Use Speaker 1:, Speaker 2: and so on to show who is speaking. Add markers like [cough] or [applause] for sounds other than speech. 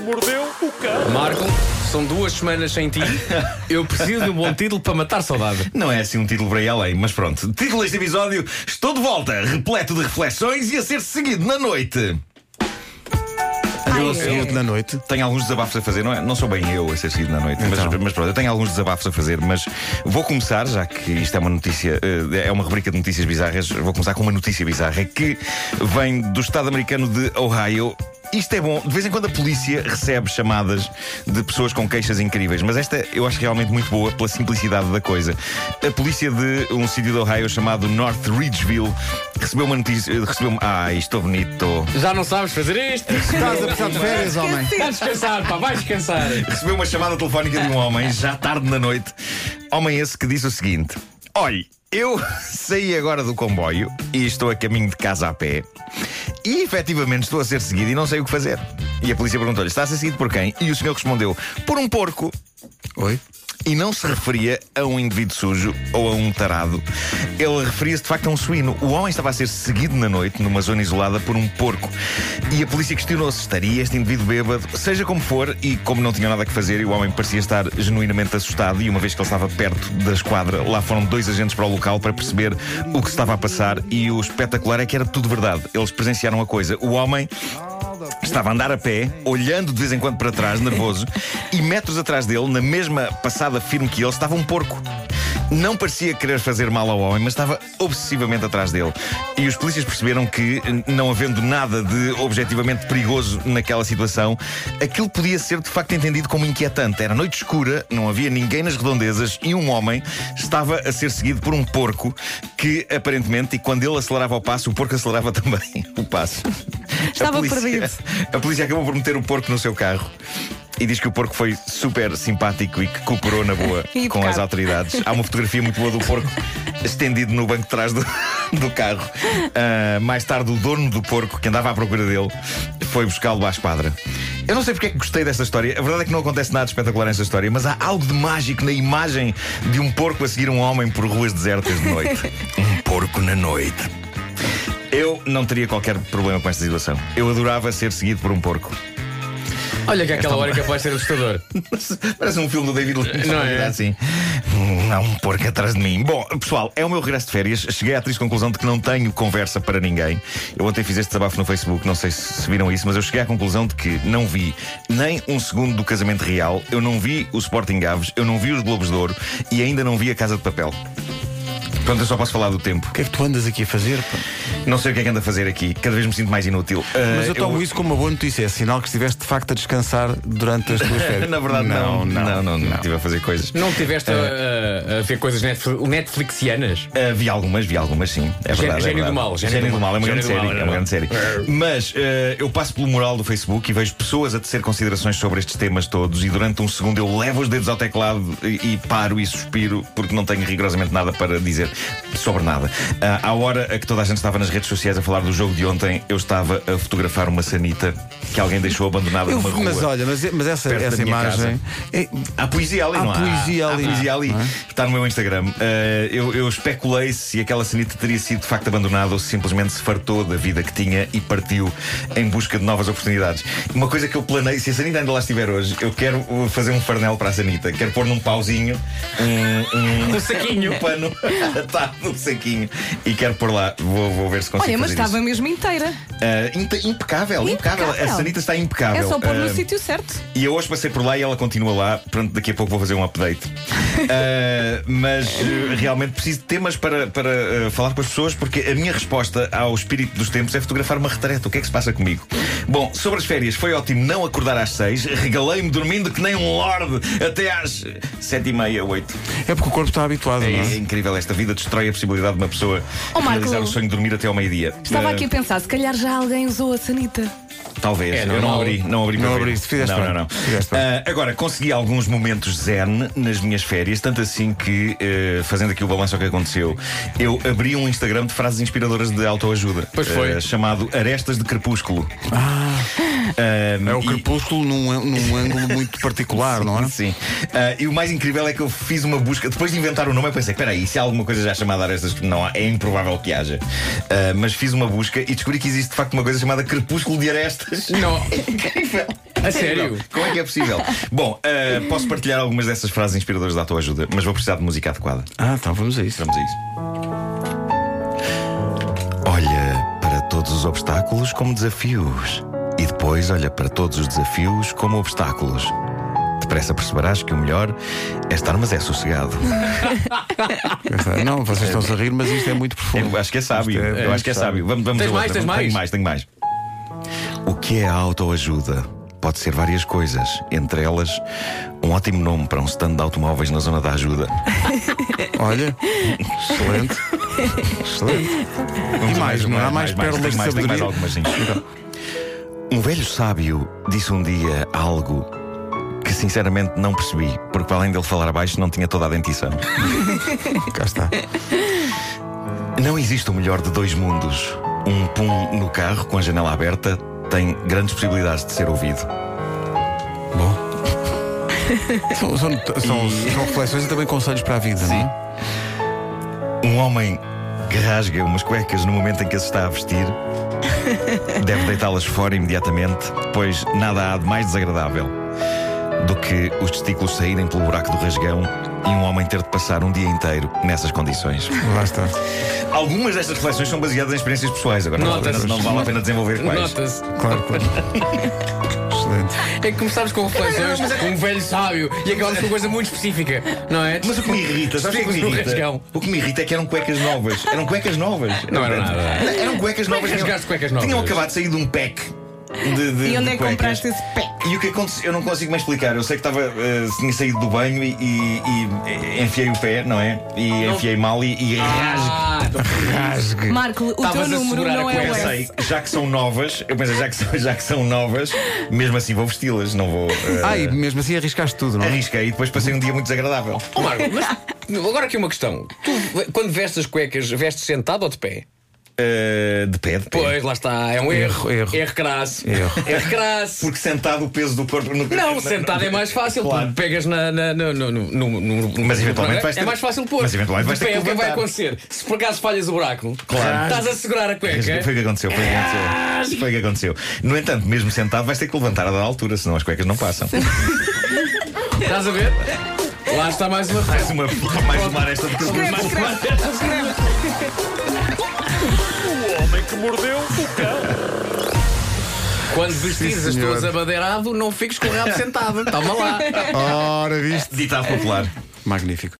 Speaker 1: mordeu o cão.
Speaker 2: Marco, são duas semanas sem
Speaker 3: [laughs]
Speaker 2: ti. Eu preciso de um bom título para matar saudade.
Speaker 3: Não é assim um título para ir além, mas pronto. Título deste episódio: Estou de volta, repleto de reflexões e a ser seguido na noite.
Speaker 4: Eu seguido na noite.
Speaker 3: Tenho alguns desabafos a fazer, não, é, não sou bem eu a ser seguido na noite, mas, mas pronto, eu tenho alguns desabafos a fazer, mas vou começar, já que isto é uma notícia, eh, é uma rubrica de notícias bizarras, vou começar com uma notícia bizarra que vem do estado americano de Ohio. Isto é bom, de vez em quando a polícia recebe chamadas de pessoas com queixas incríveis, mas esta eu acho realmente muito boa pela simplicidade da coisa. A polícia de um sítio de Ohio chamado North Ridgeville recebeu uma notícia. Recebeu uma, ai, estou bonito.
Speaker 2: Já não sabes fazer isto?
Speaker 4: Estás a precisar tá de férias, homem.
Speaker 2: Vai descansar, pá, vai descansar.
Speaker 3: recebeu uma chamada telefónica de um homem, já tarde na noite. Homem esse que disse o seguinte: Olhe, eu [laughs] saí agora do comboio e estou a caminho de casa a pé. E efetivamente estou a ser seguido e não sei o que fazer. E a polícia perguntou-lhe: Está a ser seguido por quem? E o senhor respondeu: Por um porco.
Speaker 4: Oi?
Speaker 3: E não se referia a um indivíduo sujo ou a um tarado. Ele referia-se de facto a um suíno. O homem estava a ser seguido na noite, numa zona isolada, por um porco. E a polícia questionou-se: estaria este indivíduo bêbado? Seja como for, e como não tinha nada que fazer, e o homem parecia estar genuinamente assustado, e uma vez que ele estava perto da esquadra, lá foram dois agentes para o local para perceber o que se estava a passar. E o espetacular é que era tudo verdade. Eles presenciaram a coisa. O homem Estava a andar a pé, olhando de vez em quando para trás, nervoso, e metros atrás dele, na mesma passada firme que ele, estava um porco. Não parecia querer fazer mal ao homem, mas estava obsessivamente atrás dele. E os polícias perceberam que, não havendo nada de objetivamente perigoso naquela situação, aquilo podia ser de facto entendido como inquietante. Era noite escura, não havia ninguém nas redondezas e um homem estava a ser seguido por um porco que, aparentemente, e quando ele acelerava o passo, o porco acelerava [laughs] também o passo.
Speaker 5: Estava
Speaker 3: A polícia-
Speaker 5: perdido.
Speaker 3: [laughs] a polícia acabou por meter o porco no seu carro. E diz que o porco foi super simpático e que cooperou na boa
Speaker 5: E
Speaker 3: com
Speaker 5: educado.
Speaker 3: as autoridades. Há uma fotografia muito boa do porco estendido no banco de trás do, [laughs] do carro. Ah, mais tarde, o dono do porco, que andava à procura dele, foi buscá-lo à esquadra. Eu não sei porque é que gostei desta história. A verdade é que não acontece nada espetacular nesta história, mas há algo de mágico na imagem de um porco a seguir um homem por ruas desertas de noite. um porco na noite. Eu não teria qualquer problema com esta situação. Eu adorava ser seguido por um porco. [laughs]
Speaker 2: Olha que aquela hora é capaz de ser assustador.
Speaker 3: Parece um filme do David Lynch.
Speaker 2: Não é?
Speaker 3: na verdade, Assim. Hum, Há um porco atrás de mim. Bom, pessoal, é o meu regresso de férias. Cheguei à triste conclusão de que não tenho conversa para ninguém. Eu ontem fiz este desabafo no Facebook, não sei se se viram isso, mas eu cheguei à conclusão de que não vi nem um segundo do casamento real, eu não vi o Sporting Aves, eu não vi os Globos de Ouro e ainda não vi a Casa de Papel. Pronto, eu só posso falar do tempo.
Speaker 4: O que é que tu andas aqui a fazer? pá?
Speaker 3: Não sei o que é que ando a fazer aqui. Cada vez me sinto mais inútil. Ah,
Speaker 4: Mas eu tomo isso como uma boa notícia. É sinal que estiveste de facto a descansar durante as tuas
Speaker 3: [laughs]
Speaker 4: férias.
Speaker 3: Na verdade, não.
Speaker 4: Não,
Speaker 3: não, não, Estive a fazer coisas.
Speaker 2: Não
Speaker 3: É.
Speaker 2: tiveste uh, a, a- a ver coisas netf- netflixianas?
Speaker 3: Ah, vi algumas, vi algumas, sim. É
Speaker 2: Gé- Gênio
Speaker 3: verdade. é verdade.
Speaker 2: do Mal, Gênio
Speaker 3: Gênio,
Speaker 2: do
Speaker 3: do Mal. É uma
Speaker 2: Gênio
Speaker 3: grande
Speaker 2: do Mal,
Speaker 3: série.
Speaker 2: é
Speaker 3: É uma grande série.
Speaker 2: verdade.
Speaker 3: Mas ah, eu passo pelo mural do Facebook e vejo pessoas a tecer considerações sobre estes temas todos. E durante um segundo eu levo os dedos ao teclado e, e paro e suspiro porque não tenho rigorosamente nada para dizer sobre nada. Ah, à hora a que toda a gente estava nas redes sociais a falar do jogo de ontem, eu estava a fotografar uma sanita que alguém deixou abandonada
Speaker 4: Eu-
Speaker 3: numa rua.
Speaker 4: mas olha, mas, mas essa,
Speaker 3: Perto da
Speaker 4: essa
Speaker 3: minha
Speaker 4: imagem.
Speaker 3: casa.
Speaker 4: É,
Speaker 3: Há poesia ali,
Speaker 4: Há
Speaker 3: não há?
Speaker 4: poesia ali.
Speaker 3: Há poesia ali.
Speaker 4: Não é?
Speaker 3: Está no meu Instagram. Eh, eu, eu especulei se aquela sanita teria sido de facto abandonada ou se simplesmente se fartou da vida que tinha e partiu em busca de novas oportunidades. Uma coisa que eu planei, se a sanita ainda lá estiver hoje, eu quero eh, fazer um farnel para a sanita. Quero pôr num pauzinho um, um,
Speaker 2: Um saquinho.
Speaker 3: um pano [laughs] atado num saquinho e quero pôr lá. Vou, vou ver se consigo
Speaker 5: Olha, mas
Speaker 3: fazer isso.
Speaker 5: estava mesmo inteira.
Speaker 3: Eh, impe- impecável, impecável,
Speaker 5: Impecável.
Speaker 3: A sanita está impecável.
Speaker 5: É só pôr no
Speaker 3: Eh,
Speaker 5: sítio certo.
Speaker 3: e eu hoje passei por lá e ela continua lá. Pronto, daqui a pouco vou fazer um
Speaker 5: [laughs]
Speaker 3: update. Ah, mas eh, realmente preciso de temas para, para eh, falar com as pessoas, porque a minha resposta ao espírito dos tempos é fotografar uma retreta. O que é que se passa comigo? Bom, sobre as férias, foi ótimo não acordar às seis. Regalei-me dormindo que nem um lorde até às sete e meia, oito.
Speaker 4: é porque o corpo está habituado,
Speaker 3: É,
Speaker 4: não é?
Speaker 3: incrível. Esta vida destrói a possibilidade de uma pessoa
Speaker 5: Oh, Marco,
Speaker 3: realizar o sonho de dormir até ao meio-dia.
Speaker 5: Estava
Speaker 3: Ah,
Speaker 5: aqui a pensar, se calhar já alguém usou a sanita.
Speaker 3: Talvez.
Speaker 2: É
Speaker 3: eu não
Speaker 2: normal.
Speaker 3: abri, não abri para
Speaker 4: Não
Speaker 3: ver.
Speaker 4: abriste, fizeste
Speaker 3: não,
Speaker 4: bem.
Speaker 3: não, não.
Speaker 4: Fizeste bem.
Speaker 3: Ah, agora, consegui alguns momentos zen nas minhas férias, tanto assim que, eh, fazendo aqui o balanço ao que aconteceu, eu abri um Instagram de frases inspiradoras de autoajuda.
Speaker 2: Pois foi.
Speaker 3: eh, chamado Arestas de Crepúsculo. Ahm,
Speaker 4: Ah. É o
Speaker 3: e-
Speaker 4: crepúsculo num, num ângulo muito particular, não é?
Speaker 3: Sim. Ah, e o mais incrível é que eu fiz uma busca. Depois de inventar o nome, eu pensei: peraí, se há alguma coisa já chamada Arestas, que não há, é improvável que haja. Ah, mas fiz uma busca e descobri que existe de facto uma coisa chamada Crepúsculo de Arestas.
Speaker 2: Não,
Speaker 3: Incrível!
Speaker 2: a sério.
Speaker 3: Como é que é possível? Bom, ah, posso partilhar algumas dessas frases inspiradoras da tua ajuda, mas vou precisar de música adequada.
Speaker 4: Ah, então vamos a isso.
Speaker 3: Vamos a isso. Olha para todos os obstáculos como desafios. E depois olha para todos os desafios como obstáculos. Depressa perceberás que o melhor é estar, mas é sossegado.
Speaker 4: Não, vocês estão a rir, mas isto é muito profundo.
Speaker 3: Então, Eu acho que é sábio.
Speaker 4: Isto é-
Speaker 3: Eu acho que é sábio. Vamos, vamos
Speaker 2: Tens
Speaker 3: a
Speaker 2: mais,
Speaker 3: outra.
Speaker 2: tens
Speaker 3: Tenho
Speaker 2: mais?
Speaker 3: mais, tenho mais. O que é a autoajuda? Pode ser várias coisas, entre elas um ótimo nome para um stand de automóveis na zona da ajuda.
Speaker 4: Olha, excelente. excelente.
Speaker 3: Vamos a
Speaker 4: mais, não há
Speaker 3: uma,
Speaker 4: mais pérolas
Speaker 3: tenho
Speaker 4: de
Speaker 3: mais, tenho mais
Speaker 4: sabedoria?
Speaker 3: algumas, sim. Um velho sábio disse um dia algo que sinceramente não percebi, porque para além dele falar abaixo não tinha toda a [laughs] dentição.
Speaker 4: Cá está.
Speaker 3: Não existe o melhor de dois mundos. Um pum no carro com a janela aberta tem grandes possibilidades de ser ouvido.
Speaker 4: Bom. São, são, são- são reflexões e também conselhos para a vida, não é?
Speaker 3: Um homem que rasga umas cuecas no momento em que as está a vestir deve deitá-las fora imediatamente, pois nada há de mais desagradável do que os testículos saírem pelo buraco do rasgão e um homem ter de passar um dia inteiro nessas condições.
Speaker 4: Lá está.
Speaker 3: Algumas destas reflexões são baseadas em experiências pessoais, agora não,
Speaker 2: Nota-se.
Speaker 3: não vale a pena desenvolver quais.
Speaker 2: Nota-se.
Speaker 4: Claro, claro. Excelente.
Speaker 2: É que começámos com reflexões,
Speaker 3: é
Speaker 2: um velho sábio, e acabámos com uma coisa muito específica, não é?
Speaker 3: Mas o que me irrita, sabes o que me
Speaker 2: Testículos no
Speaker 3: irrita?
Speaker 2: rasgão.
Speaker 3: O que me irrita é que eram cuecas novas. Eram cuecas novas.
Speaker 2: Não era nada.
Speaker 3: Eram cuecas
Speaker 2: Como é que
Speaker 3: novas. tinham-
Speaker 2: rasgaste cuecas novas?
Speaker 3: Tinham acabado de sair de um pack. De, de,
Speaker 5: E onde
Speaker 3: de
Speaker 5: é que
Speaker 3: cuecas.
Speaker 5: compraste esse pack?
Speaker 3: E o que aconteceu? Eu não consigo mais explicar. Eu sei que estava. eh, tinha saído do banho e, e- e eh, enfiei o pé, não é? E enfiei mal e, e rasguei.
Speaker 2: Ah, então,
Speaker 4: Rasgue.
Speaker 5: Marco, o
Speaker 2: Estavas
Speaker 5: teu
Speaker 2: a
Speaker 5: número
Speaker 2: segurar a
Speaker 5: não é o
Speaker 2: cueca.
Speaker 5: S.
Speaker 3: Pensei, já que são novas, eu pensei, já que são, já que são novas, mesmo assim vou vesti-las, não vou. eh,
Speaker 4: Ah, e mesmo assim arriscaste tudo, não é?
Speaker 3: Arrisquei e depois passei um dia muito desagradável.
Speaker 2: oh, Marco, mas [laughs] agora aqui uma questão. Tu, ve- quando vestes as cuecas, vestes sentado ou de pé?
Speaker 3: Eh, de pé, de pé.
Speaker 2: Pois, lá está, é um erro.
Speaker 4: Erro, erro.
Speaker 2: Erro crasso.
Speaker 4: Erro.
Speaker 2: crasso.
Speaker 3: Porque sentado o peso do corpo no
Speaker 2: Não, sentado é mais fácil,
Speaker 3: Claro.
Speaker 2: porque pegas na, na- no, no- no- no- no-
Speaker 3: Mas eventualmente
Speaker 2: no-
Speaker 3: vais ter-
Speaker 2: É mais fácil pôr.
Speaker 3: Mas eventualmente vais
Speaker 2: De
Speaker 3: ter
Speaker 2: pé,
Speaker 3: que
Speaker 2: o que vai
Speaker 3: levantar.
Speaker 2: acontecer? Se por acaso falhas o buraco,
Speaker 3: Claro.
Speaker 2: estás a segurar a cueca.
Speaker 3: Foi o que aconteceu, foi o que
Speaker 2: Ah.
Speaker 3: aconteceu. Foi o que aconteceu. No entanto, mesmo sentado, vais ter que levantar a da altura, senão as cuecas não passam.
Speaker 2: Estás a ver? Lá está mais uma
Speaker 3: [laughs]
Speaker 2: reflexão.
Speaker 3: Mais uma, mais uma aresta de crepúsculo.
Speaker 2: Mais uma [laughs]
Speaker 1: O homem que mordeu o cão.
Speaker 2: Quando vestires as
Speaker 4: senhor.
Speaker 2: tuas abadeirado, não fiques com o rabo sentado. Toma lá.
Speaker 4: Ora, viste?
Speaker 3: Ditado popular.
Speaker 4: Magnífico.